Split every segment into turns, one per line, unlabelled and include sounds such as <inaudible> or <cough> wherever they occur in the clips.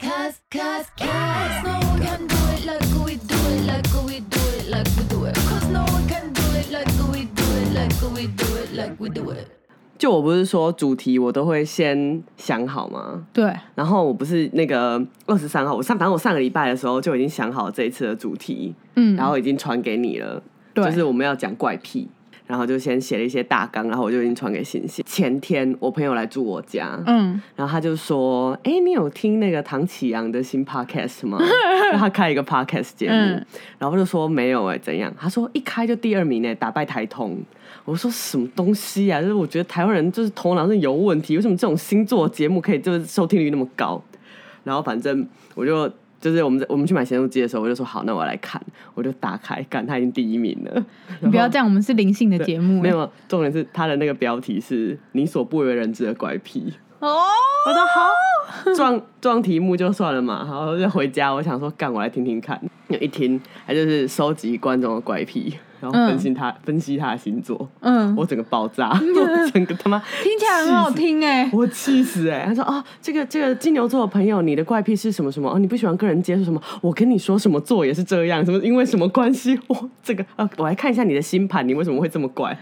Cause, cause no one can do it like we do it, like we do it, like we do it. Cause no one can do it like we do it, like we do it, like we do it.
就我不是说主题我都会先想好吗？
对，
然后我不是那个二十三号，我上反正我上个礼拜的时候就已经想好这一次的主题，
嗯，
然后已经传给你了，
对
就是我们要讲怪癖，然后就先写了一些大纲，然后我就已经传给欣欣。前天我朋友来住我家，
嗯，
然后他就说：“哎、你有听那个唐启阳的新 podcast 吗？” <laughs> 让他开一个 podcast 节目，
嗯
然后我就说没有哎、怎样？他说一开就第二名呢、哎打败台通。我说什么东西啊？就是我觉得台湾人就是头脑是有问题，为什么这种星座节目可以就是收听率那么高？然后反正我就就是我们在我们去买咸酥鸡的时候，我就说好，那我来看，我就打开，看他已经第一名了。
你不要这样，我们是灵性的节目，
没有，重点是他的那个标题是“你所不为人知的怪癖”。
哦，
我说好， <laughs> 撞撞题目就算了嘛，然后就回家，我想说干，我来听听看。一听，他就是收集观众的怪癖，然后分析他、分析他的星座，
嗯，
我整个爆
<laughs>
炸，我整个他妈
听起来很好听哎，
我气死哎、他说哦，这个这个金牛座的朋友，你的怪癖是什么什么？哦，你不喜欢跟人接触什么？我跟你说，什么座也是这样，什么因为什么关系？ <laughs> 我这个啊，我来看一下你的星盘，你为什么会这么怪？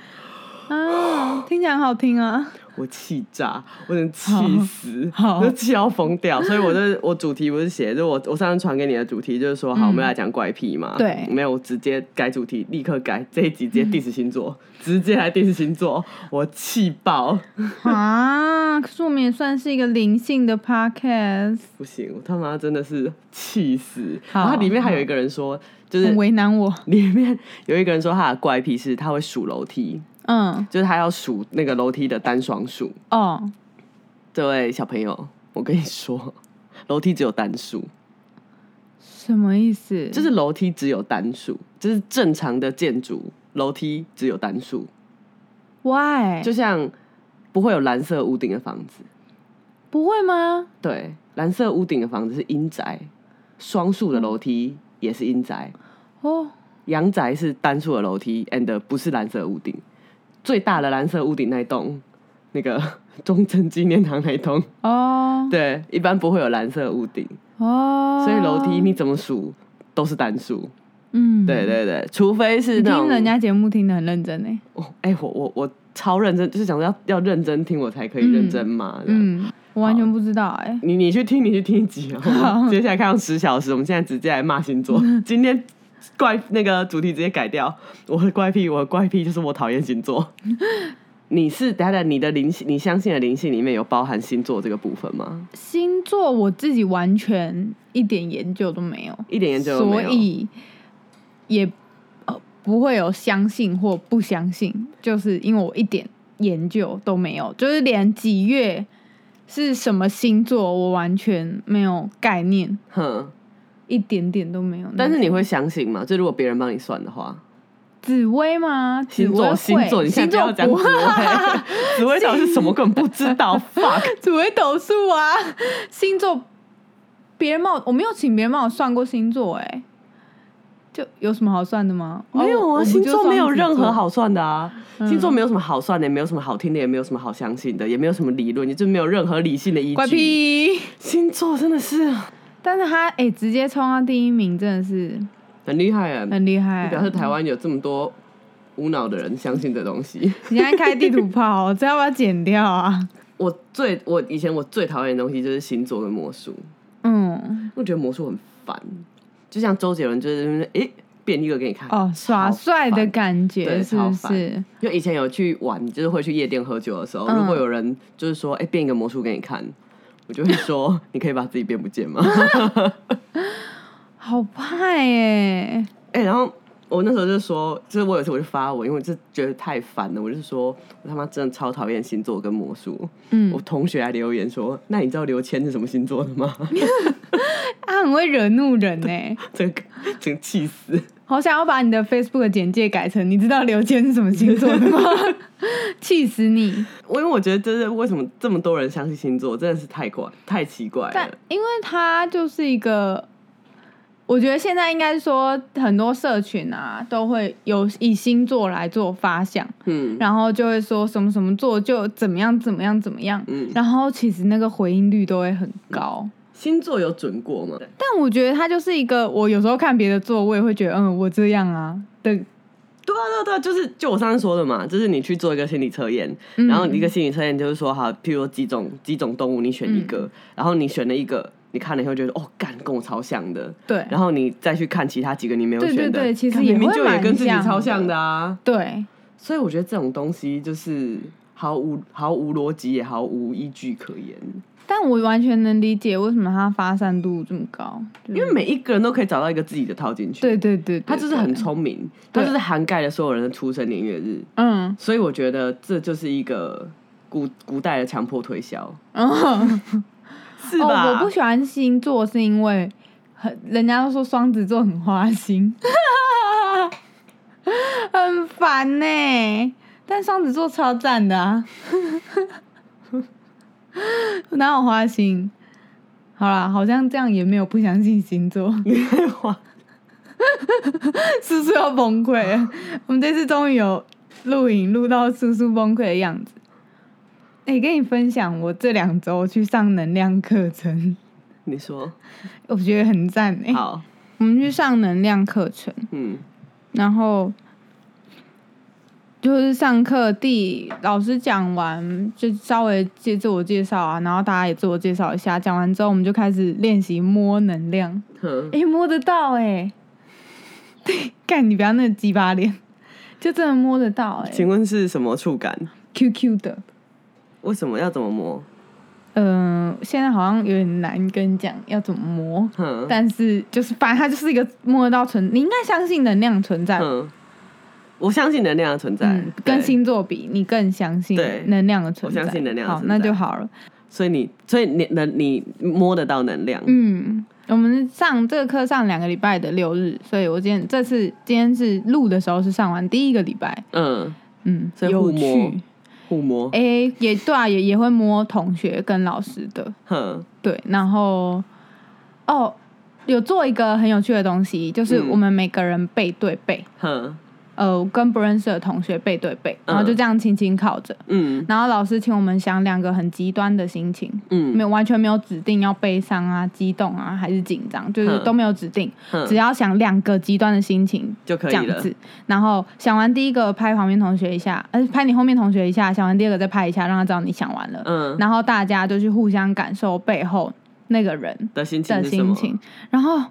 啊，听起来很好听
<laughs>
啊，
我气炸，我真的气死，
好好
就气到疯掉。所以我就是我主题不是写，就我我上次传给你的主题就是说，好，我们要来讲怪癖嘛。
嗯对嗯
没有，我直接改主题，立刻改这一集直接 diss 星座，直接来 diss 星座，我气爆，
啊，可是我们也算是一个灵性的 podcast，
不行，我他妈真的是气死。
好
然后里面还有一个人说，就是
很为难我，
里面有一个人说他的怪癖是他会数楼梯，
嗯，
就是他要数那个楼梯的单双数。
哦，
这位小朋友，我跟你说，楼梯只有单数。
什么意思？
就是楼梯只有单数，就是正常的建筑楼梯只有单数，
why
就像不会有蓝色屋顶的房子，
不会吗？
对，蓝色屋顶的房子是阴宅，双数的楼梯也是阴宅，
哦，
阳宅是单数的楼梯，and 不是蓝色屋顶，最大的蓝色屋顶那一栋，那个 <laughs> 中正纪念堂那一栋，
哦，
对，一般不会有蓝色屋顶，
哦，
所以楼梯你怎么数都是单数，
嗯，
对对对，除非是
你
那种
听人家节目听得很认真哎，
哦，哎、我我我超认真，就是想说要要认真听，我才可以认真嘛。嗯，
嗯，我完全不知道哎、
你你去听，你去听一集哦。接下来看到十小时，我们现在直接来骂星座。
嗯
今天怪那个主题直接改掉，我的怪癖，我的怪癖就是我讨厌星座。 <laughs> 你是等一下等一下你的灵性，你相信的灵性里面有包含星座这个部分吗？
星座我自己完全一点研究都没有，
一点研究都没
所
有。
以也呃不会有相信或不相信，就是因为我一点研究都没有，就是连几月是什么星座我完全没有概念，
哼，
一点点都没有。
但是你会相信吗？就如果别人帮你算的话，
紫薇吗？紫
星
薇
座
会
星座，你现
星
在不要
座
讲紫
不
薇，紫薇到底是什
<laughs>
么？根本不知道。fuck。
紫微斗数啊，星座，别人帮我，我没有请别人帮我算过星座、哎，就有什么好算的吗？
没有
哦
啊，星座没有任何，
我
好算的啊，
嗯
星座没有什么好算的，也没有什么好听的，也没有什么好相信的，也没有什么理论，也就没有任何理性的依据。
不就算是星座怪癖。
星座真的是
但是他哎、欸直接冲到第一名，真的是
很厉害啊，
很厉害、
表示台湾有这么多无脑的人相信这东西。 <laughs>
你现在开地图炮，这要不要剪掉啊？
我最我以前我最讨厌的东西就是星座跟魔术，
嗯，
我觉得魔术很烦，就像周杰伦就是诶、变一个给你看
哦，耍帅的感觉
对
是
超
不
烦
是？
因为以前有去玩，就是会去夜店喝酒的时候，
嗯
如果有人就是说，哎、变一个魔术给你看，我就会说，你可以把自己变不见吗？ <laughs>
好怕耶、
哎、然后我那时候就说，就是我有一次我就发文，因为我就觉得太烦了，我就说我他妈真的超讨厌星座跟魔术。
嗯
我同学还留言说，那你知道刘谦是什么星座的吗？ <laughs>
他很会惹怒人哎、
整个整个气死。
好想要把你的 Facebook 的简介改成你知道刘谦是什么星座
<laughs>
的吗？气死你！
我因为我觉得，真的为什么这么多人相信星座，真的是太怪太奇怪
但
了。
因为他就是一个，我觉得现在应该说很多社群啊都会有以星座来做发想，
嗯
然后就会说什么什么座就怎么样怎么样怎么样，
嗯，
然后其实那个回应率都会很高。
星座有准过吗？
但我觉得它就是一个，我有时候看别的座位会觉得，嗯，我这样啊的，
对啊，对啊，对啊，就是就我上次说的嘛，就是你去做一个心理测验，
嗯
然后一个心理测验就是说，好，譬如说几种几种动物，你选一个，
嗯
然后你选了一个，你看了以后觉得，哦，干，跟我超像的，
对
然后你再去看其他几个你没有
对
选的，
对对其实
干
也
明明
会
就
蛮
也跟自己
像
超
的
像的啊，
对，
所以我觉得这种东西就是毫无毫无逻辑，也毫无依据可言，
但我完全能理解为什么它发散度这么高，因
因为每一个人都可以找到一个自己的套进去，
对对对，对
他就是很，聪明，他
对
就是涵盖了所有人的出生年月日，
嗯
所以我觉得这就是一个古古代的强迫推销，
<laughs> 嗯，
是
哦，我不喜欢星座是因为很，人家都说双子座很花心， <laughs> 很烦呢、但双子座超赞的 <laughs> 啊，哪有花心？好啦，好像这样也没有不相信星座，
你话
叔叔要崩溃了。我们这次终于有录影录到叔叔崩溃的样子。哎、跟你分享，我这两周去上能量课程。
<laughs> 你说
我觉得很赞哎、
好，
我们去上能量课程，
嗯
然后就是上课第老师讲完，就稍微介自我介绍啊，然后大家也自我介绍一下。讲完之后，我们就开始练习摸能量， <laughs>
哼，
哎、摸得到哎、
<laughs>
对，干你不要那个鸡巴脸，就真的摸得到哎、
请问是什么触感？
q Q 的。
为什么要怎么摸？
嗯、现在好像有点难跟你讲要怎么摸，
哼，
但是就是反正它就是一个摸得到存，你应该相信能量存在吧
哼，我相信能量的嗯存在，
嗯，跟
对，
星座比，你更相信
对
能量的存在。
我相信能量的
好，
存在
那就好了。
所以你所以你能你摸得到能量，
嗯，我们上这个课上两个礼拜的六日，所以我今天这次今天是录的时候是上完第一个礼拜，
嗯，
嗯，
所以
有
互摸
趣。
互摸，
哎、也对啊，也也会摸同学跟老师的，
哼，
对，然后哦，有做一个很有趣的东西，就是
嗯
我们每个人背对背，
哼，
呃，跟不认识的同学背对背，然后就
嗯
这样轻轻靠着。
嗯
然后老师请我们想两个很极端的心情，没
嗯，
有完全没有指定要悲伤啊、激动啊还是紧张，就是
嗯
都没有指定，
哼
只要想两个极端的心情
就可
这
以
样
了，
子。然后想完第一个拍旁边同学一下，呃，拍你后面同学一下，想完第二个再拍一下，让他知道你想完了。
嗯，
然后大家就去互相感受背后那个人
的心情
的
是什么
心？情，然后。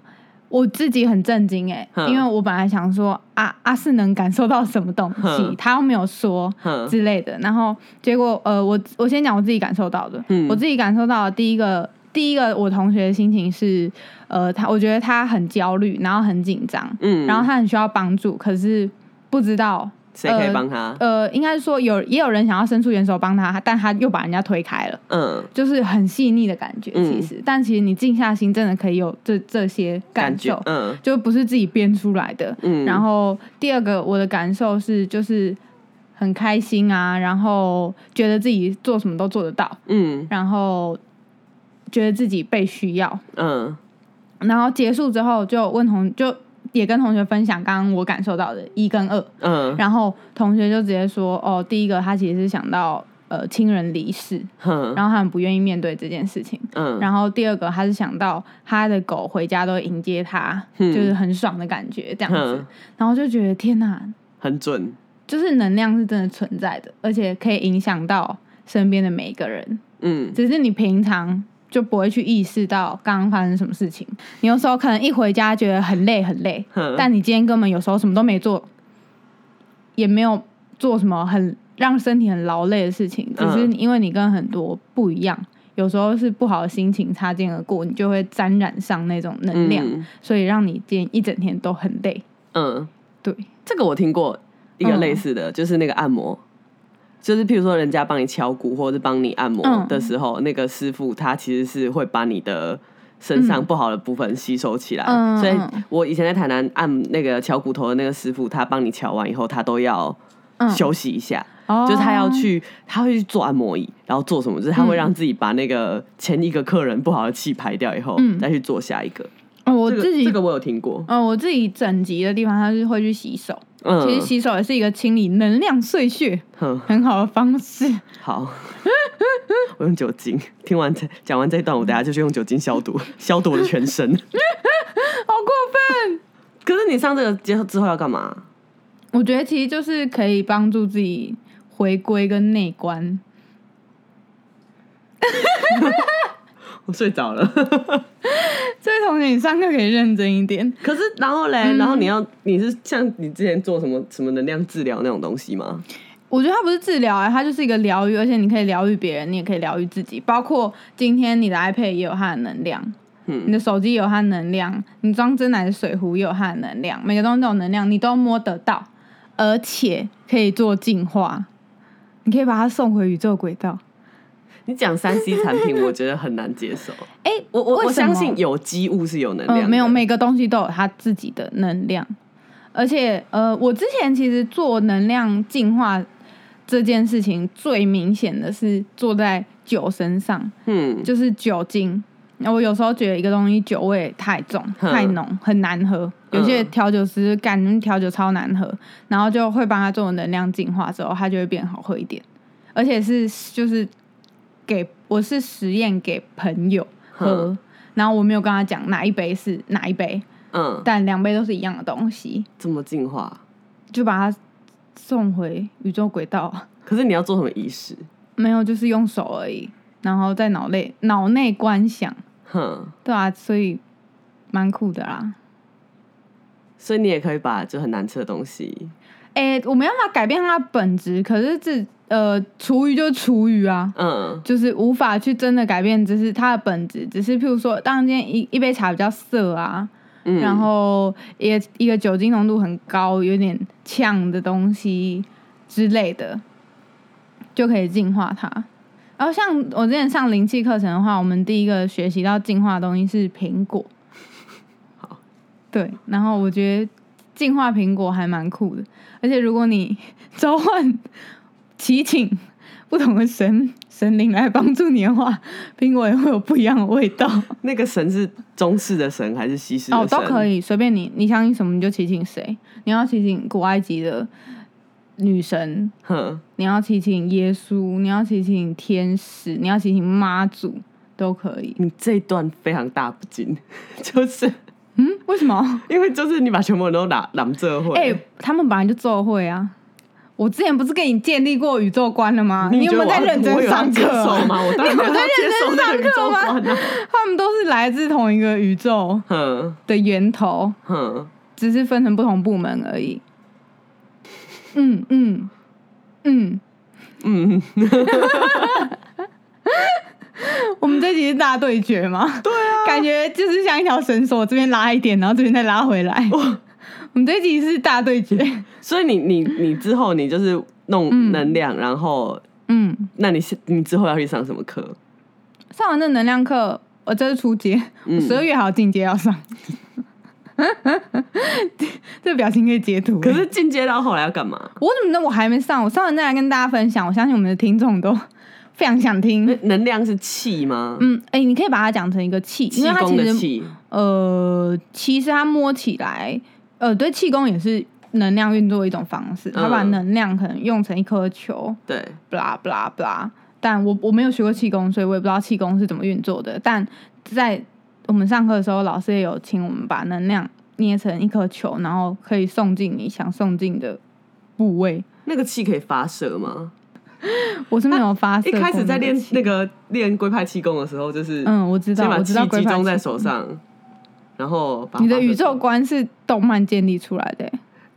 我自己很震惊哎、
嗯
因为我本来想说啊啊是能感受到什么东西
嗯，
他又没有说，
哼，
之类的。然后结果呃，我我先讲我自己感受到的，
嗯
我自己感受到的第一个第一个我同学的心情是，呃，他我觉得他很焦虑，然后很紧张，
嗯，
然后他很需要帮助，可是不知道。
谁可以
呃
帮他？
呃，应该是说有也有人想要伸出援手帮他，但他又把人家推开了，
嗯，
就是很细腻的感觉。
嗯
其实，但其实你静下心，真的可以有这这些
感
感
觉
受，，
嗯
就不是自己编出来的。
嗯，
然后第二个我的感受是，就是很开心啊，然后觉得自己做什么都做得到，
嗯
然后觉得自己被需要。
嗯
然后结束之后就问同就也跟同学分享刚刚我感受到的一跟二，
嗯
然后同学就直接说，哦，第一个他其实是想到呃亲人离世，
哼，
然后他很不愿意面对这件事情。
嗯，
然后第二个，他是想到他的狗回家都迎接他，
嗯
就是很爽的感觉这样子
嗯，
然后就觉得天哪，
很准，
就是能量是真的存在的，而且可以影响到身边的每一个人。
嗯
只是你平常就不会去意识到刚刚发生什么事情。你有时候可能一回家觉得很累很累，
哼， <laughs>
但你今天根本有时候什么都没做，也没有做什么很让身体很劳累的事情，只
嗯
是因为你跟很多不一样。有时候是不好的心情擦肩而过，你就会沾染上那种能量，
嗯
所以让你今天一整天都很累。
嗯，
对，
这个我听过一个
嗯
类似的，就是那个按摩。就是譬如说，人家帮你敲鼓或者是帮你按摩
嗯
的时候，那个师傅他其实是会把你的身上不好的部分吸收起来。
嗯
所以
嗯
我以前在台南按那个敲骨头的那个师傅，他帮你敲完以后，他都要
嗯，
休息一下。
哦
就是他要去，他会去做按摩椅，然后做什么？就是他会让自己把那个前一个客人不好的气排掉以后，
嗯
再去做下一个。
哦，我
这个
自己，
这个我有听过，
呃，我自己整集的地方，它是会去洗手。
嗯，
其实洗手也是一个清理能量碎屑
哼
很好的方式。
好， <laughs> 我用酒精。听完这讲完这一段，我等下就去用酒精消毒，消毒我的全身。 <laughs>
好过分！
可是你上这个之后之后要干嘛？
我觉得其实就是可以帮助自己回归跟内观。
我睡着了。 <laughs>
这位同学，你上课可以认真一点。
可是然后嘞，然后你要你是像你之前做什么什么能量治疗那种东西吗？
我觉得它不是治疗啊，它就是一个疗愈，而且你可以疗愈别人，你也可以疗愈自己。包括今天你的 iPad 也有它的能量，
嗯
你的手机也有它的能量，你装真奶的水壶也有它的能量，每个东西都有能量，你都摸得到，而且可以做净化，你可以把它送回宇宙轨道。
你讲三 C 产品，我觉得很难接受。
哎、
<laughs> 我我我
为什
相
么
信有机物哦是有能量
呃，
的，
没有，每个东西都有它自己的能量，而且呃，我之前其实做能量净化这件事情，最明显的是做在酒身上，
嗯，
就是酒精。那我有时候觉得一个东西酒味太重、
嗯哼
太浓，很难喝。有些
嗯
调酒师干那调酒超难喝，然后就会帮他做能量净化之后，它就会变好喝一点。而且是就是给我是实验给朋友喝，然后我没有跟他讲哪一杯是哪一杯，
嗯，
但两杯都是一样的东西，
这么进化。
就把它送回宇宙轨道。 <laughs>
可是你要做什么仪式？
没有，就是用手而已，然后在脑内脑内观想，
哼，
对啊，所以蛮酷的啦。
所以你也可以把就很难吃的东西，
哎、我没办法改变它的本质，可是这呃，厨余就是厨余啊，
嗯
就是无法去真的改变，只是它的本质，只是譬如说，当然今天一一杯茶比较涩啊，
嗯，
然后一个一个酒精浓度很高、有点呛的东西之类的，就可以净化它。然后像我之前上灵气课程的话，我们第一个学习到净化的东西是苹果。
好，
对，然后我觉得净化苹果还蛮酷的，而且如果你召唤祈请不同的神神灵来帮助你的话，苹果也会有不一样的味道。
那个神是中式的神还是西式的神？
哦，都可。以，随便你，你相信什么你就祈请谁。你要祈请古埃及的女神，
哼，
你要祈请耶稣，你要祈请天使，你要祈请妈祖，都可以。
你这一段非常大不敬，就是
嗯，为什么？
因为就是你把全部人都揽揽这会，
哎、他们本来就奏会啊。我之前不是跟你建立过宇宙观了吗？
你
有没
觉得
有
我
在
要
认
我
真
有要
上
接
课啊、
受吗？我当然
你
没
有
有
在
要接受
认真
那
上
个宇宙
课吗
观啊！
他们都是来自同一个宇宙
哼
的源头，
哼，
只是分成不同部门而已。嗯嗯嗯，
嗯，
<laughs> 我们这集是大对决吗？对啊，感觉就是像一条绳索，这边拉一点，然后这边再拉回来。
哦
我们这集是大对决。
所以你你你之后你就是弄能量，然后
嗯，
那你是你之后要去上什么课？
上完这能量课，我这是初阶，
嗯
十二月还有进阶要上。 <laughs> 这表情可以截图。
可是进阶到后来要干嘛？
我怎么知道我还没上？我上完再来跟大家分享。我相信我们的听众都非常想听
那。能量是气吗？
嗯，哎、你可以把它讲成一个气，因
气
为它
功
其
的
实
气，
呃，其实它摸起来，呃，对气功也是能量运作的一种方式。它把
嗯
能量可能用成一颗球
对，
，blah blah blah。但我我没有学过气功，所以我也不知道气功是怎么运作的。但在我们上课的时候，老师也有请我们把能量捏成一颗球，然后可以送进你想送进的部位。
那个气可以发射吗？
我是没有发射
一
过
开始在
那个
练
气
那个练龟派气功的时候，就是
嗯，我知
先
道，
把
我知
气
道
集
龟派
中
气
在
功
手。上，然后把它
你的
发射
宇宙
出
观是动漫建立出来的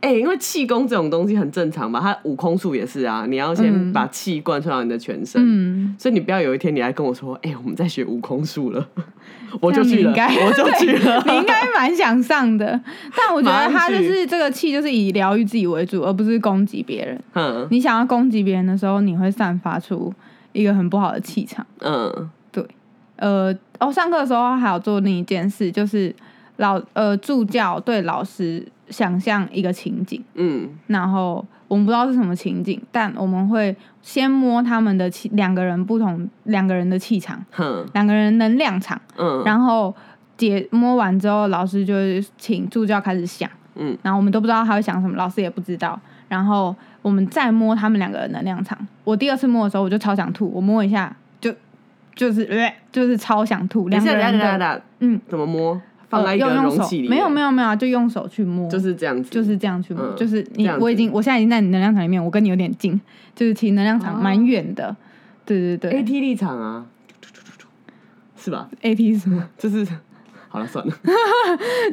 欸、
哎、因为气功这种东西很正常吧，它悟空术也是啊，你要先
嗯
把气贯穿到你的全身。
嗯，
所以你不要有一天你来跟我说，哎、我们在学悟空术了， <laughs> 我
那
就
你
去了，
应该
我就去
<laughs>
了。 <laughs>
你应该蛮想上的，但我觉得他就是这个气，就是以疗愈自己为主，而不是攻击别人。
嗯
你想要攻击别人的时候，你会散发出一个很不好的气场。
嗯
呃，哦，上课的时候还有做另一件事，就是老呃助教对老师想象一个情景，
嗯
然后我们不知道是什么情景，但我们会先摸他们的气，两个人不同两个人的气场，
哼
两个人能量场，
嗯，
然后解摸完之后，老师就会请助教开始想，
嗯，
然后我们都不知道他会想什么，老师也不知道，然后我们再摸他们两个人能量场。我第二次摸的时候，我就超想吐，我摸一下就就是、呃就是超想吐，
等
两
一
个
下，等一下，
人
等一下，
的
等一下
嗯，
怎么摸？放在一个
呃要用
容
手
器里面？
没有没有没有啊，就用手去摸，
就是这样子，
就是这样去摸，
嗯
就是
这
你
样子
我已经我现在已经在你能量场里面，我跟你有点近，就是其实能量场
哦
蛮远的，对对
A
对
T 立场啊，是吧？
，A T 是
<laughs>
什么？
就是好了，算了，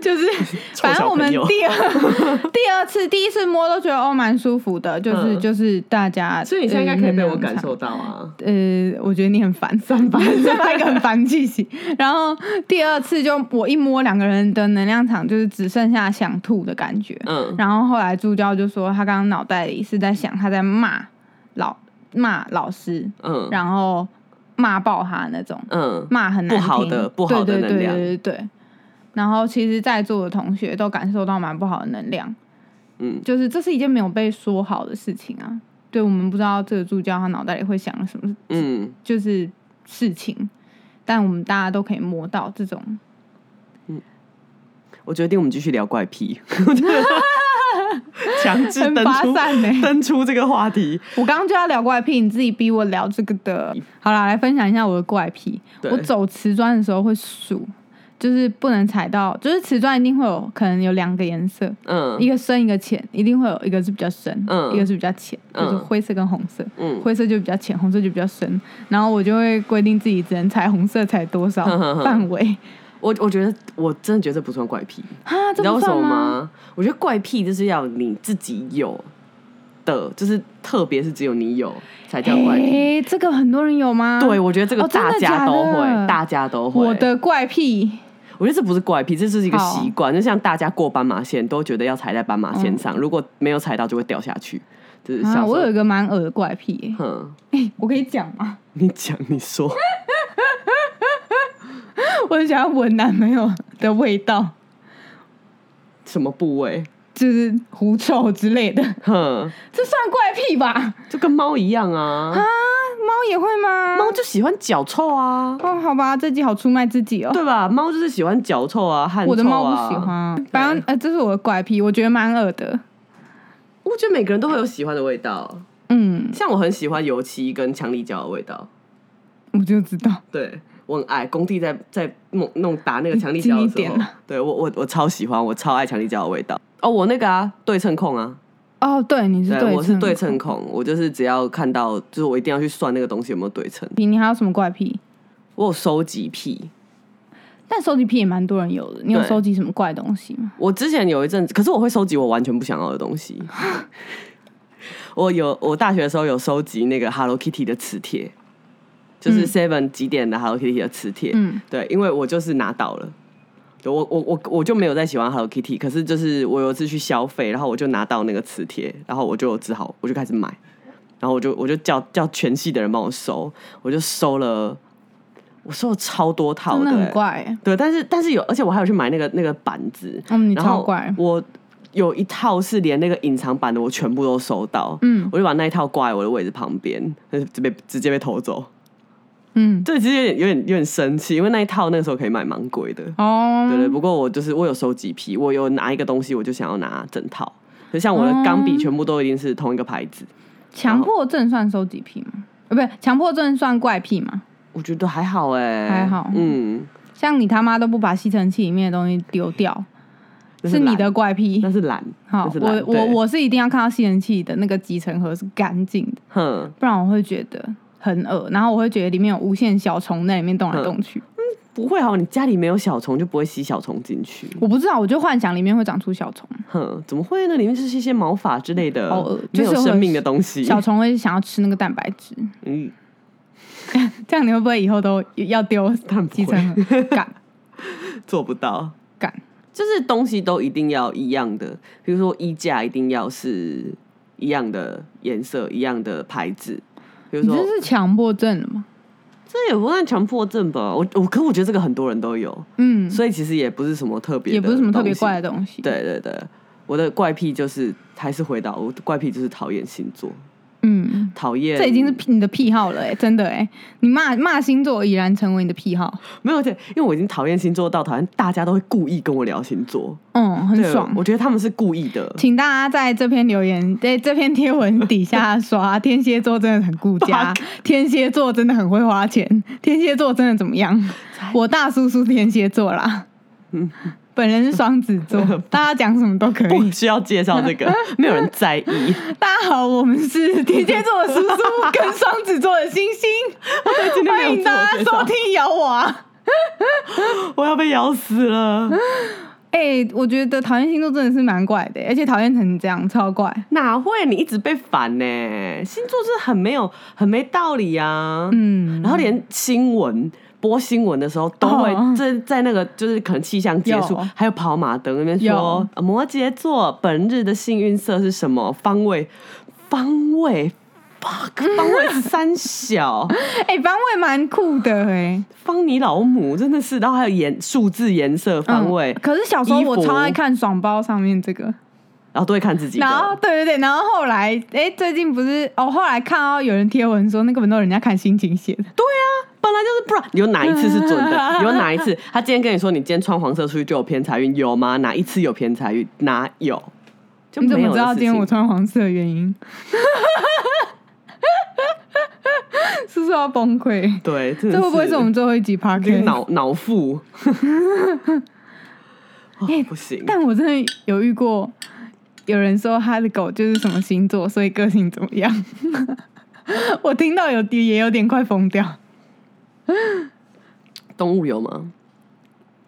就是
臭
<laughs> 反正
小
我们
朋友。
第二 <laughs> 第二次第一次摸都觉得哦蛮舒服的，就是、
嗯
就是大家，
所以你现在应该
呃
可以被
能
我
量
感
场
受到啊。
呃，我觉得你很烦，三八三八一个很烦的气息。 <laughs> 然后第二次就我一摸两个人的能量场，就是只剩下想吐的感觉。
嗯，
然后后来助教就说，他刚刚脑袋里是在想他在骂老骂老师，
嗯
然后骂爆他那种，
嗯，
骂很难
不好
听
的不好的
对对
能
对
量
对对对。然后其实，在座的同学都感受到蛮不好的能量，
嗯，
就是这是一件没有被说好的事情啊。对我们不知道这个助教他脑袋里会想了什么
嗯
就是事情，但我们大家都可以摸到这种。
我决定我们继续聊怪癖， <laughs> 强制
<laughs> 很
登
发
出
散欸
登出这个话题。
我刚刚就要聊怪癖，你自己逼我聊这个的。好啦，来分享一下我的怪癖。
对
我走瓷砖的时候会数，就是不能踩到，就是瓷砖一定会有可能有两个颜色，
嗯
一个深一个浅，一定会有一个是比较深，
嗯
一个是比较浅，
嗯
就是灰色跟红色。
嗯，
灰色就比较浅，红色就比较深，然后我就会规定自己只能踩红色踩多少范围
我我觉得我真的觉得这不算怪癖，
啊？
你
这
知道
不
为什
算
么
吗？
吗？我觉得怪癖就是要你自己有的，就是特别是只有你有才叫怪癖。
哎、这个很多人有吗？
对，我觉得这个
哦真的
大家
假
都会，
的
大家都会。
我的怪癖，
我觉得这不是怪癖，这就是一个
好
习惯。就像大家过斑马线都觉得要踩在斑马线上，如果没有踩到就会掉下去。就是小时
嗯啊，
候，
我有一个蛮恶的怪癖
<laughs>
耶、
哼，
我可以讲吗？ <laughs>
你讲你说，
我很想要闻男朋友的味道，
什么部位？
就是狐臭之类的，
哼，
这算怪癖吧？啊，
就跟猫一样啊，
猫也会吗？
猫就喜欢脚臭啊，
哦，好吧，这集好出卖自己哦。
对吧？猫就是喜欢脚臭啊，汗臭啊。
我的猫不喜欢，啊，反正呃，这是我的怪癖，我觉得蛮恶的。
我觉得每个人都会有喜欢的味道，
嗯，
像我很喜欢油漆跟强力胶的味道，
我就知道，
对我很爱。工地在在弄弄打那个强力胶的
近一
时
点
候
啊，
对我我我超喜欢，我超爱强力胶的味道。哦，我那个啊，对称控啊，
哦，对，你是
对，
对，
我是对称。控，我就是只要看到，就是我一定要去算那个东西有没有对称。
你你还有什么怪癖？
我有收集癖，
但收集癖也蛮多人有的，你有
对
收集什么怪东西吗？
我之前有一阵子，可是我会收集我完全不想要的东西。 <laughs> 我有，我大学的时候有收集那个 Hello Kitty 的磁铁，就
嗯
是 Seven 几点的 Hello Kitty 的磁铁。
嗯，
<laughs> 对，因为我就是拿到了。对我我我我就没有再喜欢 Hello Kitty，可是就是我有一次去消费，然后我就拿到那个磁铁，然后我就只好我就开始买，然后我就我就叫叫全系的人帮我收，我就收了，我收了超多套
真的很
欸
怪、欸。
对，但是但是有，而且我还有去买那个那个板子，
嗯，你
然
超
后
怪。
我有一套是连那个隐藏版的，我全部都收到，
嗯
我就把那一套挂在我的位置旁边，呃直接被直接被偷走。
嗯，
对，其实有点有点有点生气，因为那一套那个时候可以买蛮贵的。
哦，
对对，不过我就是我有收集癖，我有拿一个东西，我就想要拿整套。就像我的钢笔
哦
全部都一定是同一个牌子，
强迫症算收集癖吗？呃，不是，强迫症算怪癖吗？
我觉得还好哎、
还好
嗯，
像你他妈都不把吸尘器里面的东西丢掉，
那
是
懒
你的，怪癖
那。是懒，
好
那，是
我
懒
我，我是一定要看到吸尘器的那个集成盒是干净的，
对哼，
不然我会觉得很恶，然后我会觉得里面有无限小虫在里面动来
嗯
动去。
不会好，哦你家里没有小虫就不会吸小虫进去，
我不知道，我就幻想里面会长出小虫，
哼，怎么会呢？里面就是一些毛发之类的
好恶，
没
就是
有
会
生命的东西，
小虫会想要吃那个蛋白质，
嗯，
这样你会不会以后都要
<laughs>
丢
但不
集
会
成盒？干
做不到。
干，
就是东西都一定要一样的，比如说衣架一定要是一样的颜色、一样的牌子。比如
你
说
这，是强迫症了吗？
这也不算强迫症吧？我我，可我觉得这个很多人都有，
嗯，
所以其实也不是什么特别，
也不是什么特别怪。的东西。
对对对，我的怪癖就是还是回到我的怪癖就是讨厌星座，
嗯，
讨厌，
这已经是你的癖好了哎、真的哎、你骂骂星座已然成为你的癖好，
没有，而且因为我已经讨厌星座到讨厌大家都会故意跟我聊星座，
嗯，很
对
爽
我。觉得他们是故意的， <laughs>
请大家在这篇留言，在这篇贴文底下刷天蝎座真的很顾
<laughs>
家，天蝎座真的很会花钱，天蝎座真的怎么
<laughs>
样？我大叔叔天蝎座啦，
嗯
本人是双子
<laughs>
座，大家讲什么都可
不
以。
需要介绍这 <laughs> 个，没有人在 <laughs> 意。
大家好，我们是天蝎座的叔叔跟双子座的星星，
今 <laughs> 天没有
欢迎大家
自我
收
介
听咬我啊。
我要被咬死了。
哎、我觉得讨厌星座真的是蛮怪的，而且讨厌成这样超怪。
<laughs> 哪会你一直被烦呢、星座是很没有、很没道理啊。 <laughs>
嗯，
然后连新闻播新闻的时候，都会
哦
在、在那个就是可能气象结束
有，
还有跑马灯那边说
有
呃摩羯座本日的幸运色是什么方位？方位，fuck，方位三小，
哎、方位蛮酷的哎、
方你老母真的是，然后还有颜数字颜色方位，
嗯可是小时候
衣服
我超爱看爽包上面这个，
然后都会看自己
然后
的。
对对对，然后后来哎、最近不是哦，后来看到有人贴文说那个本都人家看心情写的，
本来就是不然，有哪一次是准
嗯
的？有哪一次他今天跟你说你今天穿黄色出去就有偏财运？有吗？哪一次有偏财运？哪有？就
你怎
没
么
有
知
的
道
事
今天
情
我穿黄色的原因？ <laughs> 是不是要崩溃？
对，真的
这会不会是我们最后一集 p a r
这
k
个脑脑
<laughs>
腹？哦
哎
不行，
但我真的有遇过有人说他的狗就是什么星座，所以个性怎么样。 <laughs> 我听到有也有点快疯掉。
动物有吗？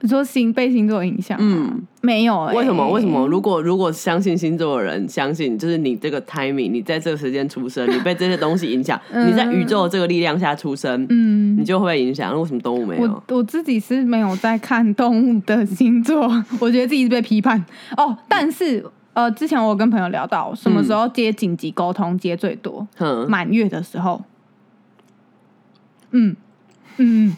你说星被星座影响？
嗯，
没有、欸。
为什么？为什么？？如果如果相信星座的人，相信就是你这个 timing，你在这个时间出
<laughs>
生，你被这些东西影响，
嗯
你在宇宙的这个力量下出生，
嗯
你，就会被影响。那为什么动物没有
我？我自己是没有在看动物的星座，我觉得自己是被批判哦。但是呃，之前我有跟朋友聊到，什
嗯
么时候接紧急沟通接最多？
哼，
满月的时候，嗯嗯，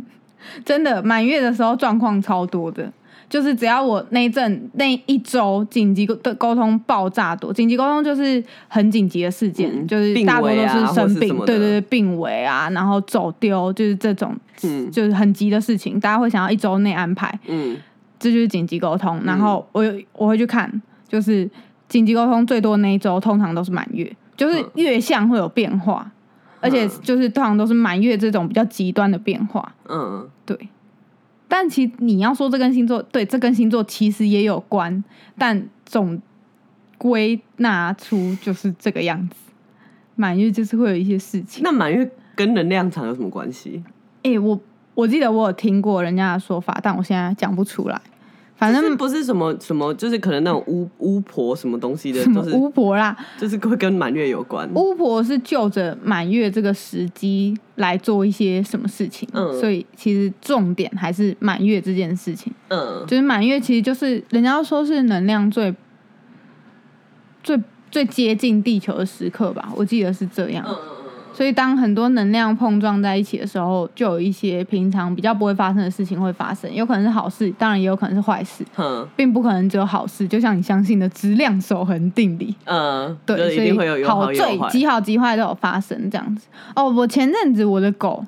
<laughs> 真的满月的时候状况超多的，就是只要我那一阵那一周紧急的沟通爆炸多，紧急沟通就是很紧急的事件，
嗯
就是
病
大多
危
都
啊
是生
或是什
病，
么的
对对对，病危啊，然后走丢，就是这种。
嗯
就是很急的事情，大家会想要一周内安排，
嗯，
这就是紧急沟通。然后我有我会去看，就是紧急沟通最多那一周，通常都是满月，就是
嗯
月相会有变化，而且就是通常都是满月这种比较极端的变化。
嗯，
对，但其实你要说这跟星座，对，这跟星座其实也有关，但总归纳出就是这个样子。满月就是会有一些事情。
那满月跟能量场有什么关系？
哎、我我记得我有听过人家的说法，但我现在讲不出来。反
就是
正
不是什么什么，就是可能那种巫巫婆什么东西的，
什么
都是
嗯巫婆啦，
就是会跟满月有关。
巫婆是就着满月这个时机来做一些什么事情，
嗯
所以其实重点还是满月这件事情。
嗯，
就是满月其实就是人家说是能量最最最接近地球的时刻吧，我记得是这
嗯
样。所以当很多能量碰撞在一起的时候，就有一些平常比较不会发生的事情会发生，有可能是好事，当然也有可能是坏事，
嗯哼，
并不可能只有好事。就像你相信的质量守恒定理，
嗯，
对，
就是
所
一
以
定会有有好
好
有
最
坏。
极好极坏都有发生这样子。哦，我前阵子我的狗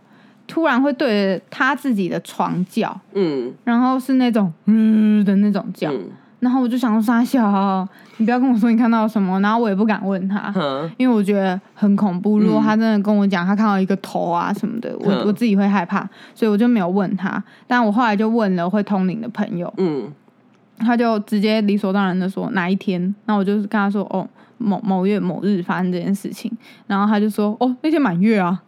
突然会对着它自己的床叫，
嗯
然后是那种嗯的那种叫，
嗯
然后我就想说傻小，你不要跟我说你看到什么，然后我也不敢问他，
哼，
因为我觉得很恐怖。如果他真的跟我讲他看到一个头啊什么的，我
嗯
我自己会害怕，所以我就没有问他。但我后来就问了会通灵的朋友，
嗯
他就直接理所当然的说哪一天，那我就是跟他说哦某某月某日发生这件事情，然后他就说哦那天满月啊，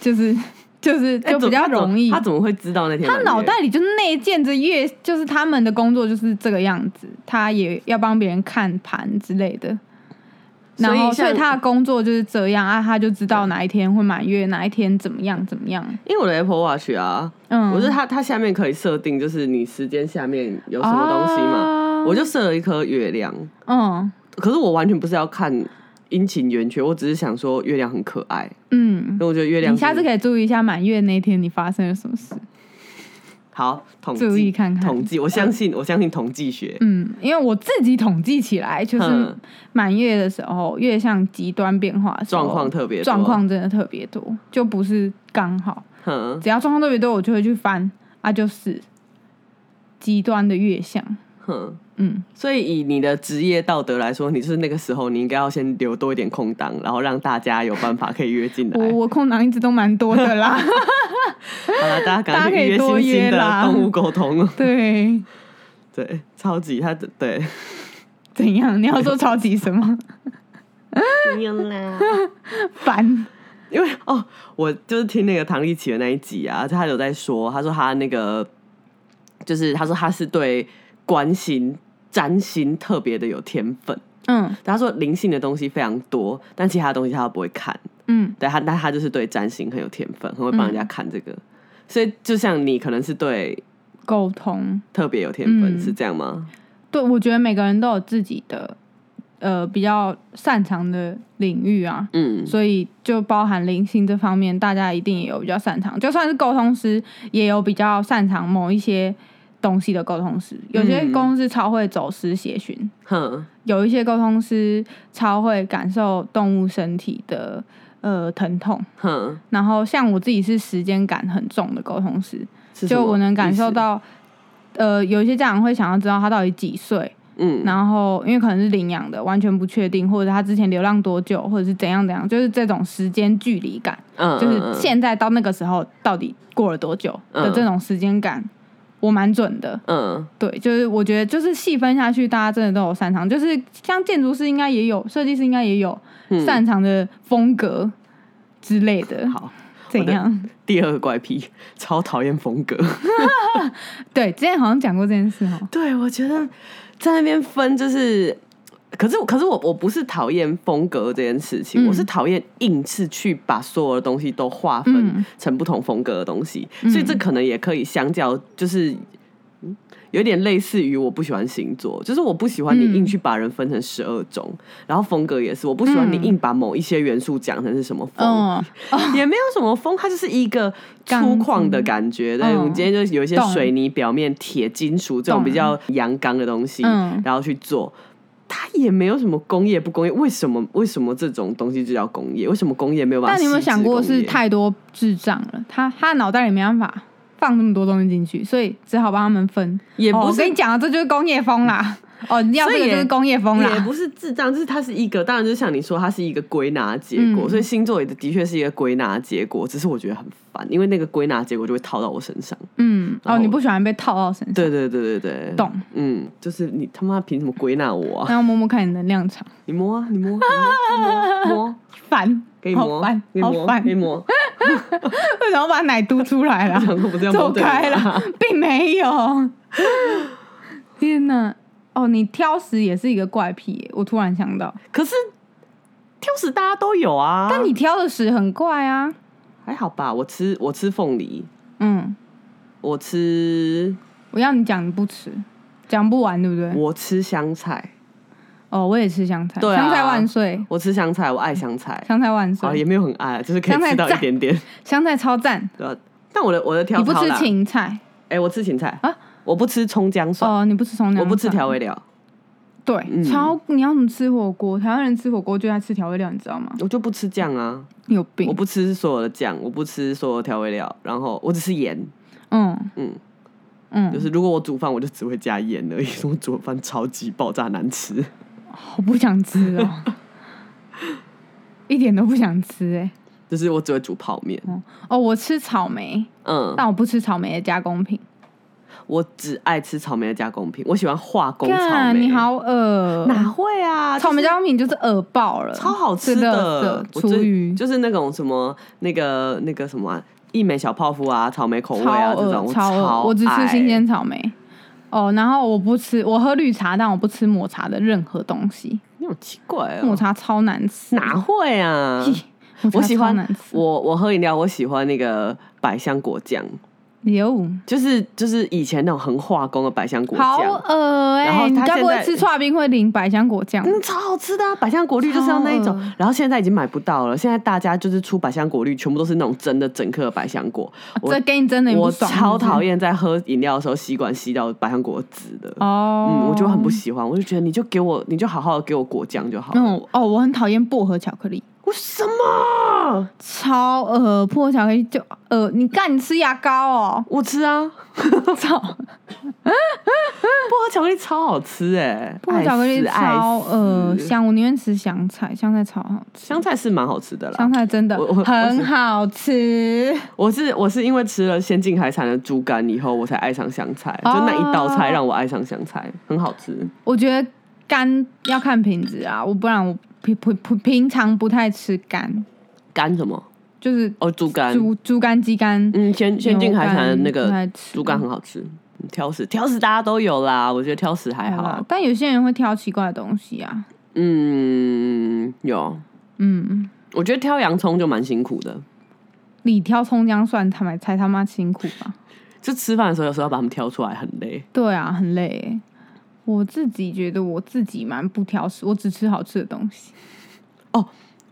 就是就是
哎
就比
怎
较
他怎么
容易。
他怎么会知道那天
他
满月？
脑袋里就是内建着月，就是他们的工作就是这个样子，他也要帮别人看盘之类的。
所以
然后，所以
像
他的工作就是这样啊，他就知道哪一天会满月，哪一天怎么样怎么样。
因为我的 Apple Watch 啊，
嗯，
我是它它下面可以设定，就是你时间下面有什么东西嘛，
啊
我就设了一颗月亮，
嗯
可是我完全不是要看。阴晴圆缺，我只是想说月亮很可爱，
嗯
因，为我觉得月亮
你
是。
下次可以注意一下满月那天你发生了什么事。
好，统计
注意看嗯看
统计，我相信我相信统计学，
嗯，因为我自己统计起来，就是
嗯
满月的时候，月相极端变化的时候，
状况特别多
状况真的特别多，就不是刚好。
哼
只要状况特别多，我就会去翻啊，就是极端的月相。
哼。
嗯，
所以以你的职业道德来说，你是那个时候你应该要先留多一点空档，然后让大家有办法可以约进来。
我我空档一直都蛮多的
<laughs>
啦。
好了，大家赶
大
快
家可以
去约
多
星
约
星的
啦
动物沟通哦。
对，
对，超级他的对，
怎样？你要说超级什么
<laughs> 不用啦。
<laughs> 烦？
因为哦，我就是听那个唐立奇的那一集啊，他有在说，他说他那个就是他说他是对关心占星特别的有天分，
嗯
他说灵性的东西非常多，但其他东西他都不会看。
嗯
对他，但他就是对占星很有天分，很会帮人家看这个。所以就像你可能是对
沟通。
特别有天分，
嗯
是这样吗？
对，我觉得每个人都有自己的呃比较擅长的领域啊，
嗯
所以就包含灵性这方面，大家一定也有比较擅长。就算是沟通师，也有比较擅长某一些东西的沟通师。有些
嗯
沟通师超会走私协寻，
哼，
有一些沟通师超会感受动物身体的呃疼痛。
哼，
然后像我自己是时间感很重的沟通师，
是什
就
么
我能感
意
受
思，
到。呃，有一些家长会想要知道他到底几岁，
嗯，
然后因为可能是领养的，完全不确定，或者他之前流浪多久，或者是怎样怎样，就是这种时间距离感，
嗯
就是现在到那个时候到底过了多久的
嗯
这种时间感，我蛮准的。
嗯
对，就是我觉得就是细分下去，大家真的都有擅长，就是像建筑师应该也有，设计师应该也有
嗯
擅长的风格之类的
嗯，好。
怎样？ <laughs>
第二个怪癖，超讨厌风格。
对，之前好像讲过这件事哦。
对，我觉得在那边分就是，可是可是我我不是讨厌风格这件事情，
嗯
我是讨厌硬是去把所有的东西都划分
嗯
成不同风格的东西，所以这可能也可以相较就是。嗯有点类似于我不喜欢星座，就是我不喜欢你
嗯
硬去把人分成十二种，然后风格也是，我不喜欢你
嗯
硬把某一些元素讲成是什么风，
嗯，
也没有什么风，它就是一个粗犷的感觉。对，
钢筋
我们今天就有一些
懂
水泥表面、铁金属这种
嗯
比
懂
较阳刚的东西，
嗯
然后去做。它也没有什么工业不工业，为什么为什么这种东西就叫工业？为什么工业没有办法？
但你有没有想过是？太多智障了？他他脑袋里没办法放那么多东西进去，所以只好帮他们分。
也
哦
不
我
是
跟你讲啊，这就是工业风啦。哦，你要这
所
个
以也
就是工业风
也
啦。
不是智障，就是它是一个，当然就像你说，它是一个归纳结果，
嗯
所以星座也的确是一个归纳结果，只是我觉得很烦，因为那个归纳结果就会套到我身上。
嗯，
然
哦，
后
你不喜欢被套到身上，
对对对对对，
懂？
嗯，就是你他妈凭什么归纳我啊？
然后摸摸看你的能量场，
你摸啊，你摸，你摸，摸
<laughs>
摸，
烦，
给你
好
摸
烦，，
给你
好
摸，
烦
给，你摸。
<laughs> 为什么把奶嘟出来啦？
想说不是要摸
<laughs> 走
对
开
了 <laughs>
啦
吗，
并没有。天哪！哦，你挑食也是一个怪癖耶，我突然想到。
可是挑食大家都有啊，
但你挑的食很怪啊，
还好吧？我吃我吃凤梨，
嗯，
我吃
我要你讲你不吃，讲不完对不对？
我吃香菜，
哦，我也吃香菜，
对啊
香菜万岁，
我吃香菜，我爱香菜，
香菜万
啊也
岁，
没有很爱，就是可以
香菜
吃到一
赞
点点。
香菜超赞。
对啊，但我的我的挑
你不
好
吃
啦？
芹菜
哎，我吃芹菜
啊，
我不吃葱姜蒜，
哦，你不吃葱姜，
我不吃调，味料，
对，
嗯
超你要怎么吃火锅？台湾人吃火锅就爱吃调味料，你知道吗？
我就不吃酱啊，
你有病
我，不吃所有的酱，我不吃所有的调味料，然后我只吃盐，
嗯
嗯。
嗯，
就是如果我煮饭，我就只会加盐而已。 <laughs> 我煮饭超级爆炸难吃， <laughs>
我不想吃哦，一点都不想吃哎、
就是我只会煮泡面。
哦，我吃草莓，
嗯，
但我不吃草莓的加工品。
我只爱吃草莓的加工品，我喜欢化工草
干
莓。
你，好恶，
哪会啊？
草莓
就是
加工品就是恶爆了，
超好吃
的，
我
厨
最
余
就是那种什么那个那个什么啊一美小泡芙啊，草莓口味
超
啊这
恶
种，我
超
超
恶，我只吃
爱
新。鲜草莓。哦，然后我不吃，我喝绿茶，但我不吃抹茶的任何东西，
你好奇怪
抹
哦，
茶超难吃。
哪会啊？
<laughs> 屁？抹茶
我喜
超
欢
难吃。
我我喝饮料，我喜欢那个百香果酱。
有
就是就是以前那种很化工的百香果
好
酱，
恶哎、
然后
你
他
该不会
现在
吃刨冰会淋百香果酱？
嗯，超好吃的啊、百香果绿就是要那一
超
种
恶，
然后现在已经买不到了。现在大家就是出百香果绿，全部都是那种真的整颗的百香果。我
这跟你真的有
我
不爽
超讨。
是
厌在喝饮料的时候吸管吸到百香果籽的
不是，哦，
嗯，我就很不喜欢。我就觉得你就给我，你就好好的给我果酱就好了。
嗯哦，我很讨厌薄荷巧克力，
我什么？
超恶薄荷巧克力就呃，你干你吃牙膏哦
<laughs> ，我吃啊！
操，
薄荷巧克力超好吃哎、
薄荷巧克力
爱死爱
超恶
死
香，我宁愿吃香菜，香菜超好吃，
香菜是蛮好吃的啦
香。菜真的
我我
很好吃。
我是我是因为吃了《仙境海产》的猪肝以后，我才爱上香菜，
哦
就那一道菜让我爱上香菜，很好吃。
我觉得干要看品质啊，我不然我平平平平常不太吃干，
肝什么？
就是
哦，猪肝。
猪猪肝、鸡肝、
嗯，仙仙境海产的那
牛
个
肝不太吃
猪肝很好吃。嗯挑食，挑食大家都有啦，我觉得挑食还
好
好啊
啦。但有些人会挑奇怪的东西啊，
嗯，有。
嗯，
我觉得挑洋葱就蛮辛苦的，
你挑葱姜蒜，他们才他妈辛苦吧？
就吃饭的时候有时候要把它们挑出来，很累。
对啊，很累欸。我自己觉得我自己蛮不挑食，我只吃好吃的东西。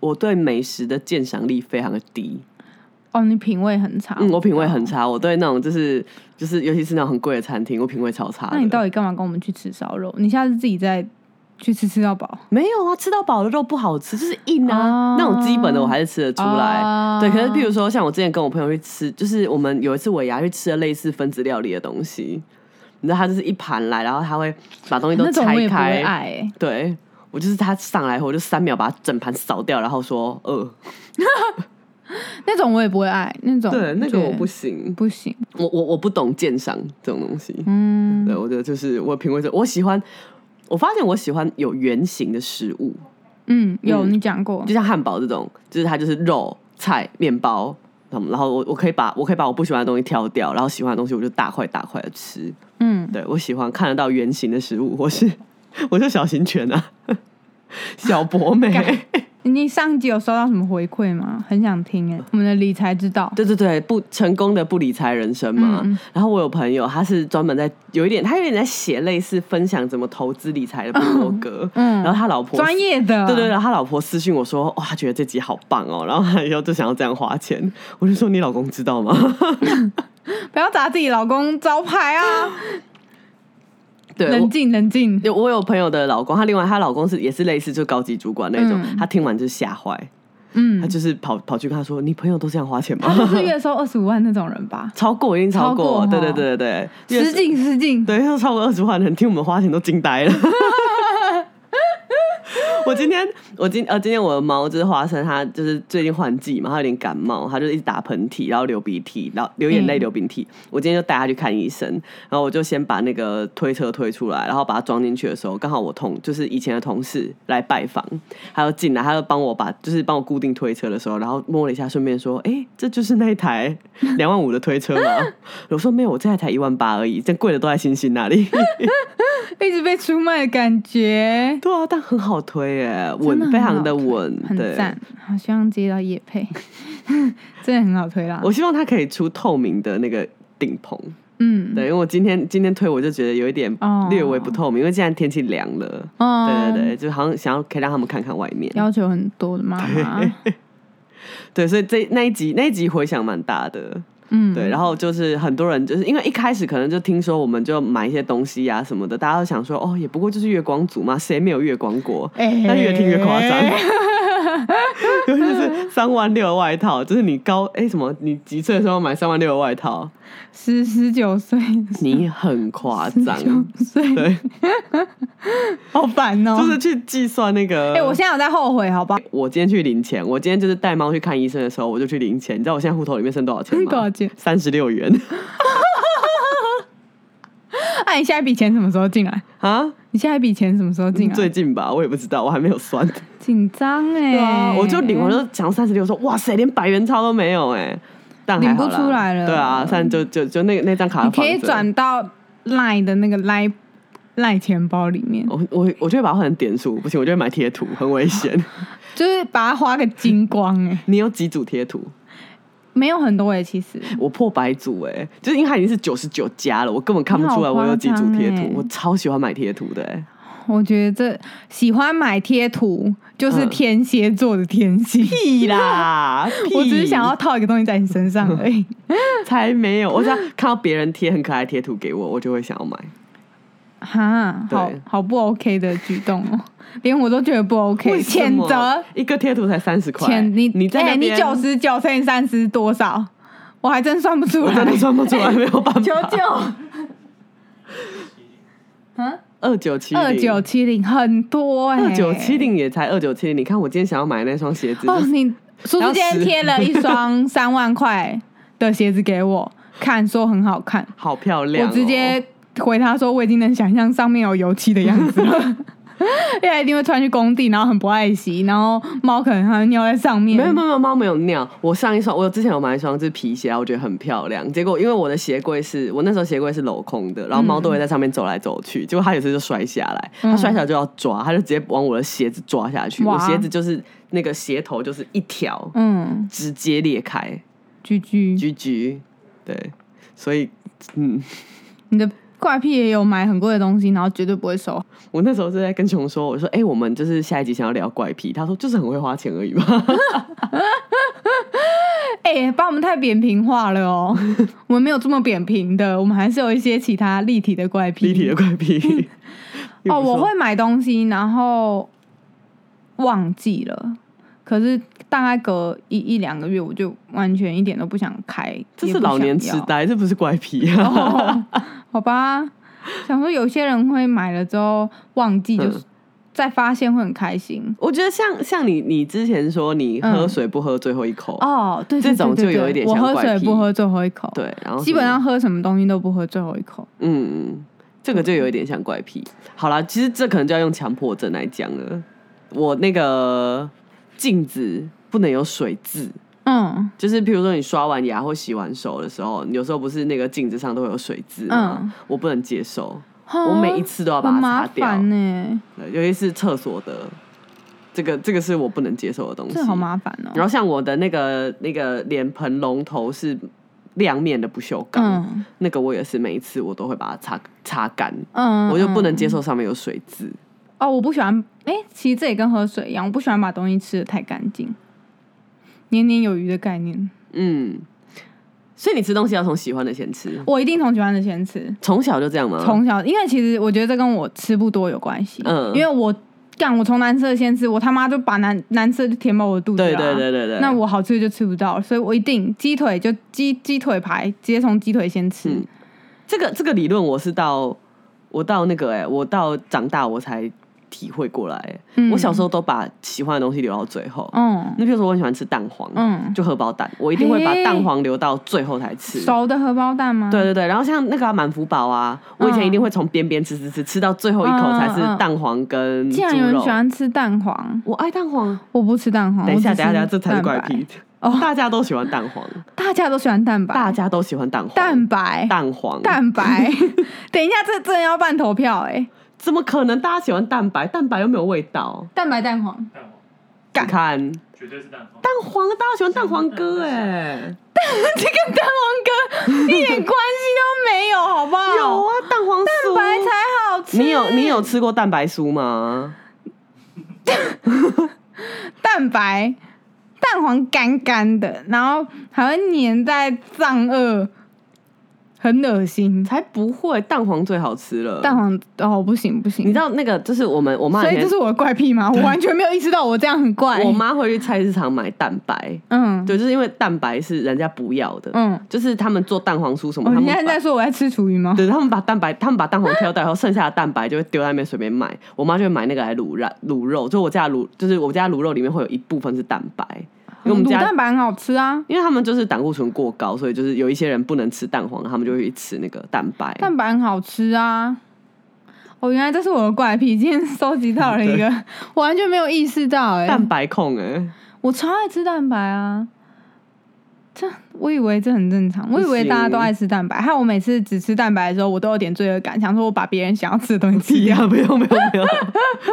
我对美食的鉴赏力非常的低，
哦，你品味很差。
嗯，我品味很差。我对那种就是就是，尤其是那种很贵的餐厅，我品味超差的。
那你到底干嘛跟我们去吃烧肉？你下次自己再去吃吃到饱。
没有啊，吃到饱的肉不好吃，就是硬啊。
哦
那种基本的我还是吃得出来。
哦
对，可是譬如说，像我之前跟我朋友去吃，就是我们有一次尾牙去吃了类似分子料理的东西，你知道，它就是一盘来，然后他会把东西都
啊那种我
拆
也不会
开。
爱、欸，
对，我就是他上来后，我就三秒把它整盘扫掉，然后说呃，
那种我也不会爱，那种
对，那个我
觉得
不行，
不行。
我我我不懂鉴赏这种东西。
嗯，
对，我觉得就是我品味这，我喜欢。我发现我喜欢有圆形的食物，
嗯，有
嗯
你讲过
就，像汉堡这种，就是它就是肉、菜、面包什么，然后我我可以把我可以把我不喜欢的东西挑掉，然后喜欢的东西我就大块大块的吃。
嗯，
对我喜欢看得到圆形的食物，我是 <laughs> 我是小型犬啊， <laughs> 小博美。
你上集有收到什么回馈吗？很想听
欸
哎、我们的理财之道，
对对对，不成功的不理财人生嘛。
嗯嗯
然后我有朋友，他是专门在有一点，他有点在写类似分享怎么投资理财的部落格。
嗯
然后他老婆
专业的，
对对对，他老婆私信我说，哇，他觉得这集好棒哦，然后他以后就想要这样花钱。我就说，你老公知道吗？ <laughs>
不要砸自己老公招牌啊！
<laughs> 对，
冷
我
静，冷静。
有我有朋友的老公，她另外她老公是也是类似就高级主管那种，
嗯
他听完就吓坏，他
嗯，
就是跑跑去跟他说，你朋友都这样花钱吗？
他？们是月收二十五万那种人吧
<laughs> 超过一定超
超
过，
过
对对
哈
对对对，
失敬失敬。
对，要超过二十万的人听我们花钱都惊呆了。 <laughs> 我今天，我今呃，今天我的猫就是花生，它就是最近换季嘛，它有点感冒，它就一直打喷嚏，然后流鼻涕，然后流眼泪、
嗯
流鼻涕。我今天就带它去看医生，然后我就先把那个推车推出来，然后把它装进去的时候，刚好我同就是以前的同事来拜访，还有进来，他就帮我把就是帮我固定推车的时候，然后摸了一下，顺便说：“哎、这就是那一台 <laughs> 两万五的推车吗？” <laughs> 我说：“没有，我这台才一万八而已，这贵的都在星星那
<laughs>
里。
一直被出卖的感”觉，
对啊，但很好推耶，
真的
稳，非常的
很好推
稳，
很
对。
赞。好希望接到叶配， <laughs> 真的很好推啦。
我希望它可以出透明的那个顶棚，
嗯，
对，因为我今天今天推我就觉得有一点
哦
略微不透明，因为现在天气凉了，对
嗯，
对对，就好像想要可以让他们看看外面，
要求很多的妈妈，
对，所以这那一集那一集回响蛮大的，
嗯，
对，然后就是很多人就是因为一开始可能就听说我们就买一些东西啊什么的，大家都想说哦，也不过就是月光族嘛，谁没有月光过？
哎
但越听越夸
<laughs>
张。 <laughs> 尤其是三万六的外套，就是你高哎、什么？你几岁的时候买三万六的外套？
十十九岁， <laughs>
你很夸张，
19岁，
对，
好烦哦。
就是，呃去计算那个。
哎，我现在有在后悔，好吧？
我今天去领钱，我今天就是带猫去看医生的时候，我就去领钱。你知道我现在户头里面剩多少钱吗？
<laughs> 多少钱
三十六
<laughs>
元
哎，你下一笔钱什么时候进来？
啊！
你下一笔钱什么时候进来？
最近吧，我也不知道，我还没有算。
紧张
对
哎
啊，，我就领完就讲三十六，说哇塞，连百元钞都没有哎、但还
领不
好啦
出来了
对啊，但就就就那那张卡
你
放
可以
着
转到 Line 的那个 Line Line 钱包里面，
我我我就会把它换成点数，不行，我就会买贴
<laughs>
图，很危险。 <laughs>
就是把它花个精光哎、
你有几组贴图？
没有很多哎、其实
我破百组哎、就是因为它已经是九十九加了，我根本看不出来我有几组贴
你好夸张
图
欸，
我超喜欢买贴图的哎、
<laughs> 我觉得这喜欢买贴图就是
嗯
天蝎座的天性。！
屁啦
<laughs> 我只是想要套一个东西在你身上而已。
屁，才没有！我只要看到别人贴很可爱的贴图给我，我就会想要买。
哈，好
对
好不 OK 的举动哦，连我都觉得不 OK，
为什
谴
么
责
一个贴图才三十块，
谴你
你在
哎
那
你
边
九，十九乘以三十多少？我还真算不出
我
来
真，的算不
<laughs>
出来，没有办法。
求救！嗯，
二九七
二九七零很多哎、
二九七零也才二九七零，你看我今天想要买那双鞋子，
哦，
就是
你叔叔今天
然后十
贴了一
<laughs>
双三万块的鞋子给我看，说很好看，
好漂亮
我
哦、
直接回他说我已经能想象上面有油漆的样子了，
<laughs>
因为他一定会穿去工地，然后很不爱惜，然后猫可能还会尿在上面，
没有没有没有猫没有尿，我上一双我之前有买一双是皮鞋啊，我觉得很漂亮。结果因为我的鞋柜是我那时候鞋柜是镂空的，然后猫都会在上面走来走
嗯
去，结果它有一次就摔下来，它摔下来就要抓，它就直接往我的鞋子抓下去，我
哇
鞋子就是那个鞋头就是一条，
嗯，
直接裂开，
居居，
居居，对，所以嗯。
你的怪癖也有买很贵的东西，然后绝对不会收，
我那时候就在跟琼说，我说：“哎、我们就是下一集想要聊怪癖。”他说：“就是很会花钱而已嘛。
哎、把我们太扁平化了
<laughs>
哦，我们没有这么扁平的，我们还是有一些其他立体的怪”癖，
<laughs> 立体的怪癖。又
哦，
不是
我
说
会买东西，然后忘记了，可是大概隔一一两个月，我就完全一点都不想开，
这
也
是
不
老
想
年痴
要。
呆，这不是怪癖啊。
哦好吧，想说有些人会买了之后忘记，就是、
嗯
再发现会很开心。
我觉得像像你，你之前说你喝水不喝最后一口，
嗯哦，对对
这种
对对
就有
对
一点
我
像
喝
怪
水
癖
不喝最后一口，，
对，然后
基本
什么
上喝什么东西都不喝最后一口。
嗯，这个就有一点像怪癖。好啦，其实这可能就要用强迫症来讲了。我那个镜子不能有水渍，
嗯
就是譬如说你刷完牙或洗完手的时候，有时候不是那个镜子上都会有水渍吗？
嗯
我不能接受，
哈
我每一次都要把
很
它
麻
擦掉，
烦呢、
对尤其是厕所的，这个这个是我不能接受的东西。
这好麻烦哦、
然后像我的那个那个脸盆龙头是亮面的不锈钢，
嗯
那个我也是每一次我都会把它擦擦干，
嗯，
我就不能
嗯
接受上面有水渍。
哦，我不喜欢，哎、其实这也跟喝水一样，我不喜欢把东西吃的太干净，年年有余的概念。
嗯，所以你吃东西要从喜欢的先吃，
我一定从喜欢的先吃，
从小就这样吗？
从小，因为其实我觉得这跟我吃不多有关系，
嗯
因为我干我从难吃的先吃，我他妈就把难难吃的就填饱我的肚子、啊，
对对对对对，
那我好吃的就吃不到，所以我一定鸡腿就鸡鸡腿排，直接从鸡腿先吃。
嗯这个这个理论我是到我到那个哎、我到长大我才体会过来、欸
嗯
我小时候都把喜欢的东西留到最后。
嗯
那譬如说我很喜欢吃蛋黄，
嗯，
就荷包蛋，我一定会把
嘿
蛋黄留到最后才吃。
熟的荷包蛋吗？
对对对，然后像那个啊满福宝啊，我以前一定会从边边吃吃吃，吃到最后一口才是蛋黄跟猪
竟然有人
肉
喜。欢吃蛋黄，
我爱蛋黄。
我不吃蛋黄。
等一下，
我只吃
等一下，等一下，这才是
蛋
怪
白。
癖。
哦
大家都喜欢蛋黄，
大家都喜欢蛋白，
大家都喜欢蛋黄。
蛋白，
蛋黄，
蛋
<laughs>
白。等一下，这真的要办投票哎、
怎么可能？大家喜欢蛋白，蛋白又没有味道。
蛋白
<laughs>
蛋黄，
蛋
你
黄，
干
看蛋
绝对是蛋黄。
黄，大家喜欢蛋黄哥哎，
这跟蛋黄哥 <laughs> 一点关系都没有，好不好？
有啊，蛋黄酥。
蛋白才好吃。
你有你有吃过蛋白酥吗？
蛋白，蛋黄干干的，然后还会粘在脏颚，很恶心。
才不会，蛋黄最好吃了。
蛋，黄哦，不行不行，
你知道那个就是我们我妈
所
以
以
前
这是我的怪癖吗？我完全没有意识到我这样很怪。
我，妈会去菜市场买蛋白，
嗯，
对，就是因为蛋白是人家不要的，
嗯
就是他们做蛋黄酥什么，
哦
他
你
们
现在
把
在说我在吃厨余吗？
对，他们把蛋白，他们把蛋黄挑掉以后，剩下的蛋白就会丢在那边随便买。我妈就会买那个来卤肉，卤肉，就我家的卤，就是我家的卤肉里面会有一部分是蛋白，因为我们
卤
家
嗯蛋。白很好吃啊，
因为他们就是胆固醇过高，所以就是有一些人不能吃蛋黄，他们就会去吃那个蛋白。
蛋白很好吃啊。哦，原来这是我的怪癖，今天收集到了一个， <laughs> 我完全没有意识到哎、
蛋白控哎、
我超爱吃蛋白啊。这我以为这很正常，我以为大家都爱吃蛋白，害我每次只吃蛋白的时候，我都有点罪恶感，想说我把别人想要吃的东西吃 <laughs>
屁啊
掉。
呀、没有没有没有，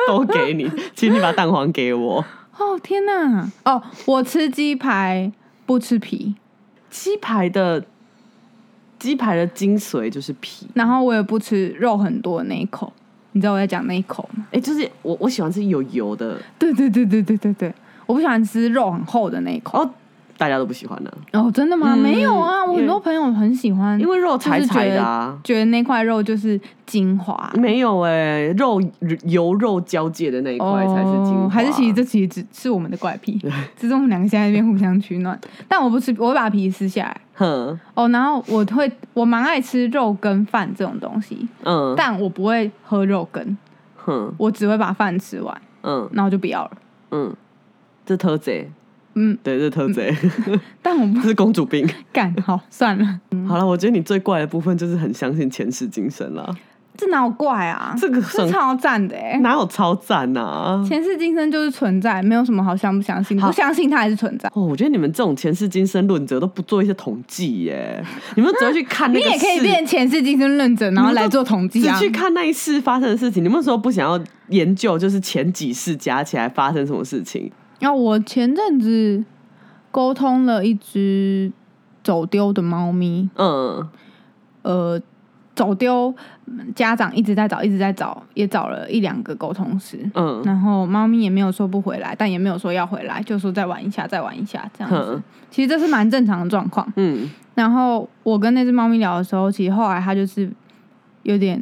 都给你，请你把蛋黄给我。
哦天哪！哦，我吃鸡排不吃皮，
鸡排的鸡排的精髓就是皮，
然后我也不吃肉很多的那一口，你知道我在讲那一口吗？
哎、就是我我喜欢吃有油的，
对对对对对对对，我不喜欢吃肉很厚的那一口。
哦，大家都不喜欢呢、
哦，真的吗？
嗯
没有啊，我
因为
很多朋友很喜欢，
因为肉柴柴的啊，
嗯觉得那块肉就是精华。
没有哎、肉油肉交界的那一块才是精华、
哦，还是其实这其实只是我们的怪癖，只是我们两个现在在那边互相取暖。 <laughs> 但我不吃，我会把皮撕下来。
哼
哦，然后我会，我蛮爱吃肉跟饭这种东西，
嗯
但我不会喝肉羹，
哼
我只会把饭吃完，
嗯
然后就不要了。
嗯，这偷贼，
嗯，
对，这偷贼，
但我不
<laughs> 这是公主病。
干，好算了，
好了，我觉得你最怪的部分就是很相信前世今生了，
这哪有怪啊？
这个
这
很
超赞的哎、
哪有超赞啊呐、
前世今生就是存在，没有什么好相不相信的，
好
不相信它还是存在。
哦，我觉得你们这种前世今生论者都不做一些统计耶， <laughs> 你们只会去看那
<laughs> 你
个
也可以
事
变前世今生论者，然后来做统计啊
只。去看那一世发生的事情。你们为什么不想要研究，就是前几世加起来发生什么事情？
然后我前阵子沟通了一只走丢的猫咪，
嗯
呃，走丢嗯家长一直在找，一直在找，也找了一两个沟通师，
嗯
然后猫咪也没有说不回来，但也没有说要回来，就说再玩一下，再玩一下这样子
哼。
其实这是蛮正常的状况。
嗯
然后我跟那只猫咪聊的时候，其实后来它就是有点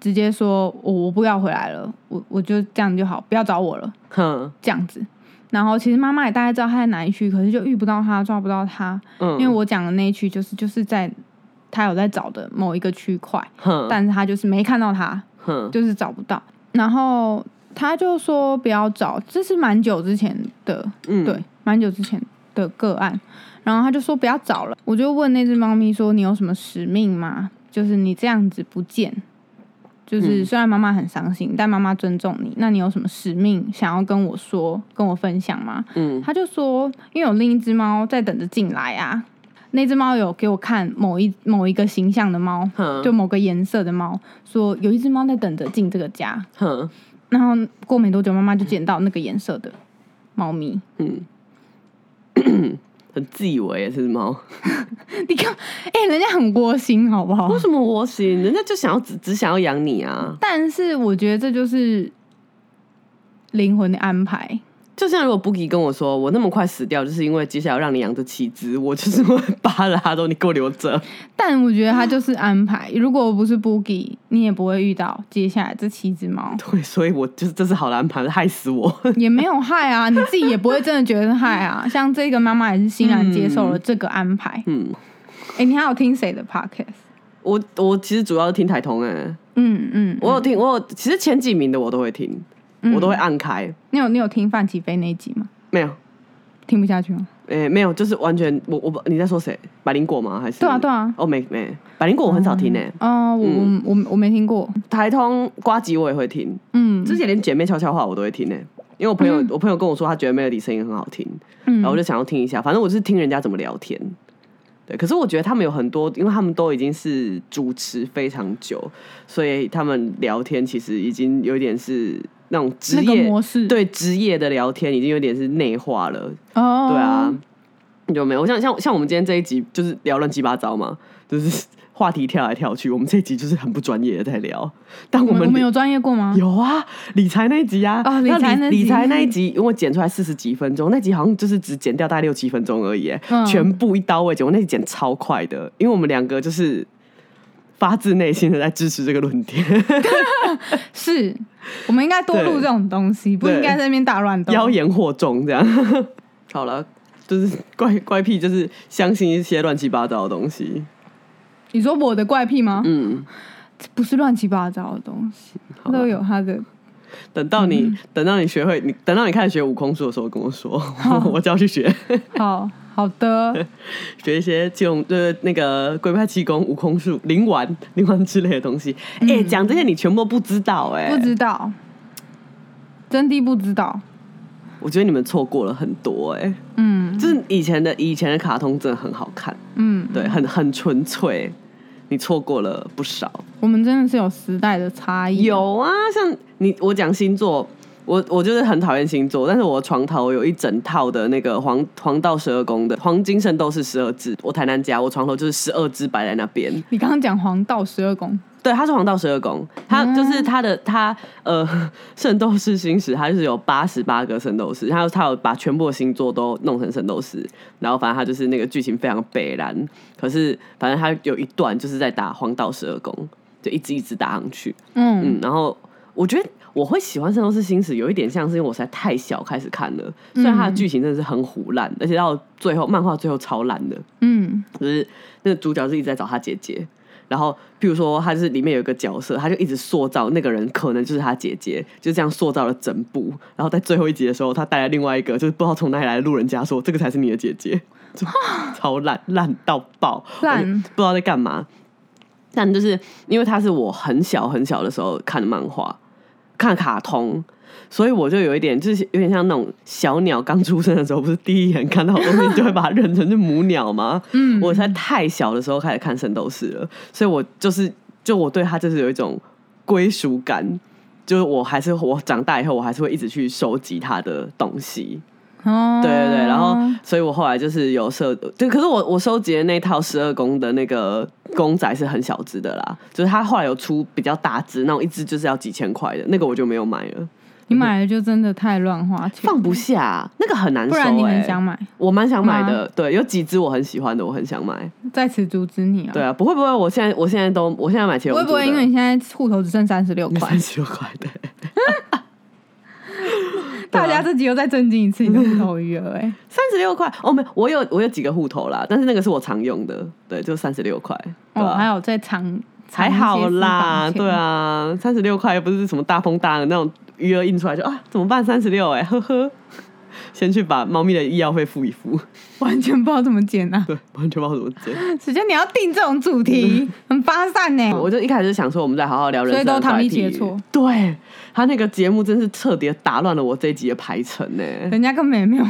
直接说：“我我不要回来了，我我就这样就好，不要找我了。”
哼
这样子。然后其实妈妈也大概知道它在哪一区，可是就遇不到它，抓不到它，
嗯，
因为我讲的那一区就是就是在它有在找的某一个区块，
哼
但是它就是没看到它，
哼嗯
就是找不到。然后他就说不要找，这是蛮久之前的，
嗯
对，蛮久之前的个案。然后他就说不要找了，我就问那只猫咪说：“你有什么使命吗？就是你这样子不见，就是
嗯
虽然妈妈很伤心，但妈妈尊重你。那你有什么使命想要跟我说、跟我分享吗？”
嗯
他就说，因为有另一只猫在等着进来啊。那只猫有给我看某一某一个形象的猫，
哼
就某个颜色的猫，说有一只猫在等着进这个家。
哼
然后过没多久，妈妈就捡到那个颜色的猫咪。
嗯，很自以为耶这只猫，
<laughs> 你看，哎、人家很窝心，好不好
为？什么我行？人家就想要只只想要养你啊！
但是我觉得这就是灵魂的安排。
就像如果 Boogie 跟我说我那么快死掉，就是因为接下来要让你养这七只，我就是会扒拉它都你给我留着。，
但我觉得它就是安排。如果我不是 Boogie，你也不会遇到接下来这七只猫
<laughs> 对，所以我就是这是好的安排，害死我。 <laughs>
也没有害啊，你自己也不会真的觉得害啊。像这个妈妈也是欣然接受了这个安排。
嗯，
哎、你还有听谁的 podcast？
我我其实主要是听台通哎、
嗯嗯，
我有听，我有其实前几名的我都会听，
嗯
我都会。按开。
你有你有听范起飞那一集吗？
没有，
听不下去吗？
诶、没有，就是完全我我不你在说谁？百灵果吗？还是？
对啊对啊
哦，没没，百灵果我很少听诶、欸
哦，我、我我我没听过。
台通瓜吉我也会听，
嗯，
之前连姐妹悄悄话我都会听诶、因为我朋友、
嗯
我朋友跟我说他觉得 Melody 声音很好听，
嗯
然后我就想要听一下，反正我就是听人家怎么聊天。对，可是我觉得他们有很多，因为他们都已经是主持非常久，所以他们聊天其实已经有点是那种职
那个
业
模式，
对职业的聊天已经有点是内化了，
哦，
对啊，有没有？像像像我们今天这一集就是聊乱七八糟嘛，就是 <laughs> 话题跳来跳去，我们这一集就是很不专业的在聊，但我
我们
们
我们有专业过吗？
有啊，理财那一集啊，
嗯
那
哦理财那集
理财那一集，因为我剪出来四十几分钟，那集好像就是只剪掉大概六七分钟而已、欸，
嗯
全部一刀未剪，我那集剪超快的，因为我们两个就是发自内心的在支持这个论点，
是，我们应该多录
对
这种东西，不
对
应该在那边打乱斗。
妖言惑众这样。 <laughs> 好了，就是怪怪癖，就是相信一些乱七八糟的东西。
你说我的怪癖吗？
嗯，
这不是乱七八糟的东西，
好吧
都有
<laughs>
它的。
等到你、
嗯
等到你学会你等到你开始学悟空术的时候跟我说， <laughs> 我就要去学
好好的，
学一些气功，就是那个龟派气功、悟空术、灵丸、灵丸之类的东西。哎、讲这些你全部都不知道哎、
嗯不知道，真的不知道。
我觉得你们错过了很多哎、
嗯
就是以前的以前的卡通真的很好看，
嗯，
对，很很纯粹，你错过了不少。
哎我们真的是有时代的差异。
有啊，像你我讲星座，我我就是很讨厌星座，但是我床头有一整套的那个黄黄道十二宫的黄金圣斗士十二支，我台南家我床头就是十二支摆在那边。
你刚刚讲黄道十二宫，
对，他是黄道十二宫，他就是他的他呃，圣斗士星矢，他就是有八十八个圣斗士，他有他有把全部的星座都弄成圣斗士，然后反正他就是那个剧情非常北然，可是反正他有一段就是在打黄道十二宫，就一直一直打上去，嗯，
嗯，
然后我觉得我会喜欢《圣斗士星矢》，有一点像是因为我实在太小开始看了，虽然它的剧情真的是很胡烂，而且到最后漫画最后超烂的，
嗯，
就是那个主角是一直在找他姐姐。然后，譬如说，他就是里面有一个角色，他就一直塑造那个人可能就是他姐姐，就这样塑造了整部。然后在最后一集的时候，他带来另外一个，就是不知道从哪里来的路人甲说：“这个才是你的姐姐。就”超烂，烂到爆，
烂
我就不知道在干嘛。但就是因为他是我很小很小的时候看的漫画，看卡通，所以我就有一点，就是有点像那种小鸟刚出生的时候，不是第一眼看到东西就会把它认成是母鸟吗？嗯，我在太小的时候开始看《圣斗士》了，所以我就是，就我对它就是有一种归属感，就是我还是我长大以后，我还是会一直去收集它的东西。
哦，
对对对，然后，所以我后来就是有设，就可是我我收集的那套十二宫的那个公仔是很小只的啦，就是它后来有出比较大只，那种一只就是要几千块的，那个我就没有买了，
你买了就真的太乱花钱，
放不下，那个很难收、
不
欸。
然你很想买，
我蛮想买的，对，有几只我很喜欢的，我很想买。
在此阻止你啊，
对，啊，不会不会，我现在我现在都我现在买七龙
会
珠的，
不会因为你现在户头只剩三十六块
<laughs> 三，十六块对，啊
大家自己又再震惊一次你的户头余额，哎，
三十六块哦，没有，我有我有几个户头啦，但是那个是我常用的，对，就三十六块， <laughs> 对
哦，还
啊？
有在藏，
还
藏一
好
些私
啦，
房钱
对，啊，三十六块又不是什么大风大浪那种余额印出来就啊怎么办三十六哎呵呵，先去把猫咪的医药费付一付，
完全不知道怎么减啊。 <laughs>
对，完全不知道怎么接。
首先你要定这种主题，很发散呢。
嗯我就一开始就想说，我们再好好聊人生的
哎所以都唐立奇
白
的
皮
错。
对他那个节目真是彻底地打乱了我这一集的排程呢、
人家根本也没有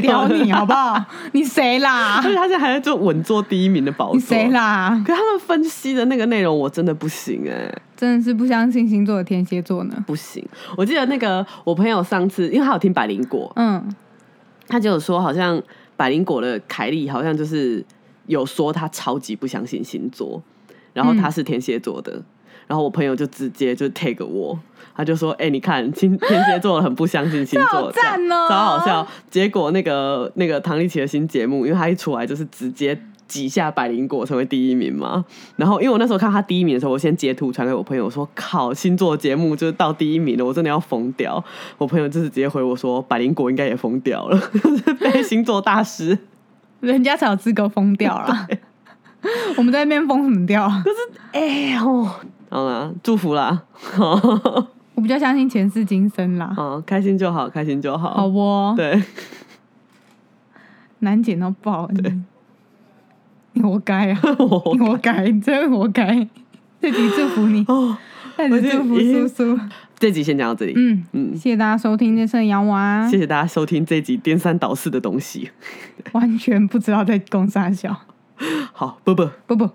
聊你， <laughs> 好不
<laughs>
好？你谁啦
而？且他现在还在做稳坐第一名的宝
你
座。
谁？啦？
可他们分析的那个内容，我真的不行哎、
真的是不相信星座的天蝎座呢。
不行。我记得那个我朋友上次，因为他有听百灵果，
嗯，
他就有说，好像百灵果的凯莉好像就是有说他超级不相信星座，然后他
嗯
是天蝎座的。然后我朋友就直接就 take 我，他就说：“哎、你看，星天蝎座很不相信星
<laughs> 这
座
好，赞哦
超好笑。”结果那个那个唐立奇的新节目，因为他一出来就是直接挤下百灵果成为第一名嘛。然后因为我那时候看他第一名的时候，我先截图传给我朋友，我说：“靠，星座节目就是到第一名了，我真的要疯掉。”我朋友就是直接回我说：“百灵果应该也疯掉了， <laughs> 就是被星座大师。”
人家才有资格疯
<laughs>
掉啦。 <laughs> 我们在那边疯什么掉啊？ <laughs>
哎呦，
哦
好啦，祝福啦， <laughs>
我比较相信前世今生啦。
好，开心就好，开心就好。
好哦，
对，
难减到爆，你你活该啊！
我
你活该，你真的活
<laughs>
该。这集祝福你，
哦，
再次祝福
我已经
苏苏。
<laughs> 这集先讲到这里。
嗯，
嗯，
谢谢大家收听《这圣羊娃
谢》，谢大家收听这集颠三倒四的东西。
完全不知道在攻啥小，
好，啵啵。
不不。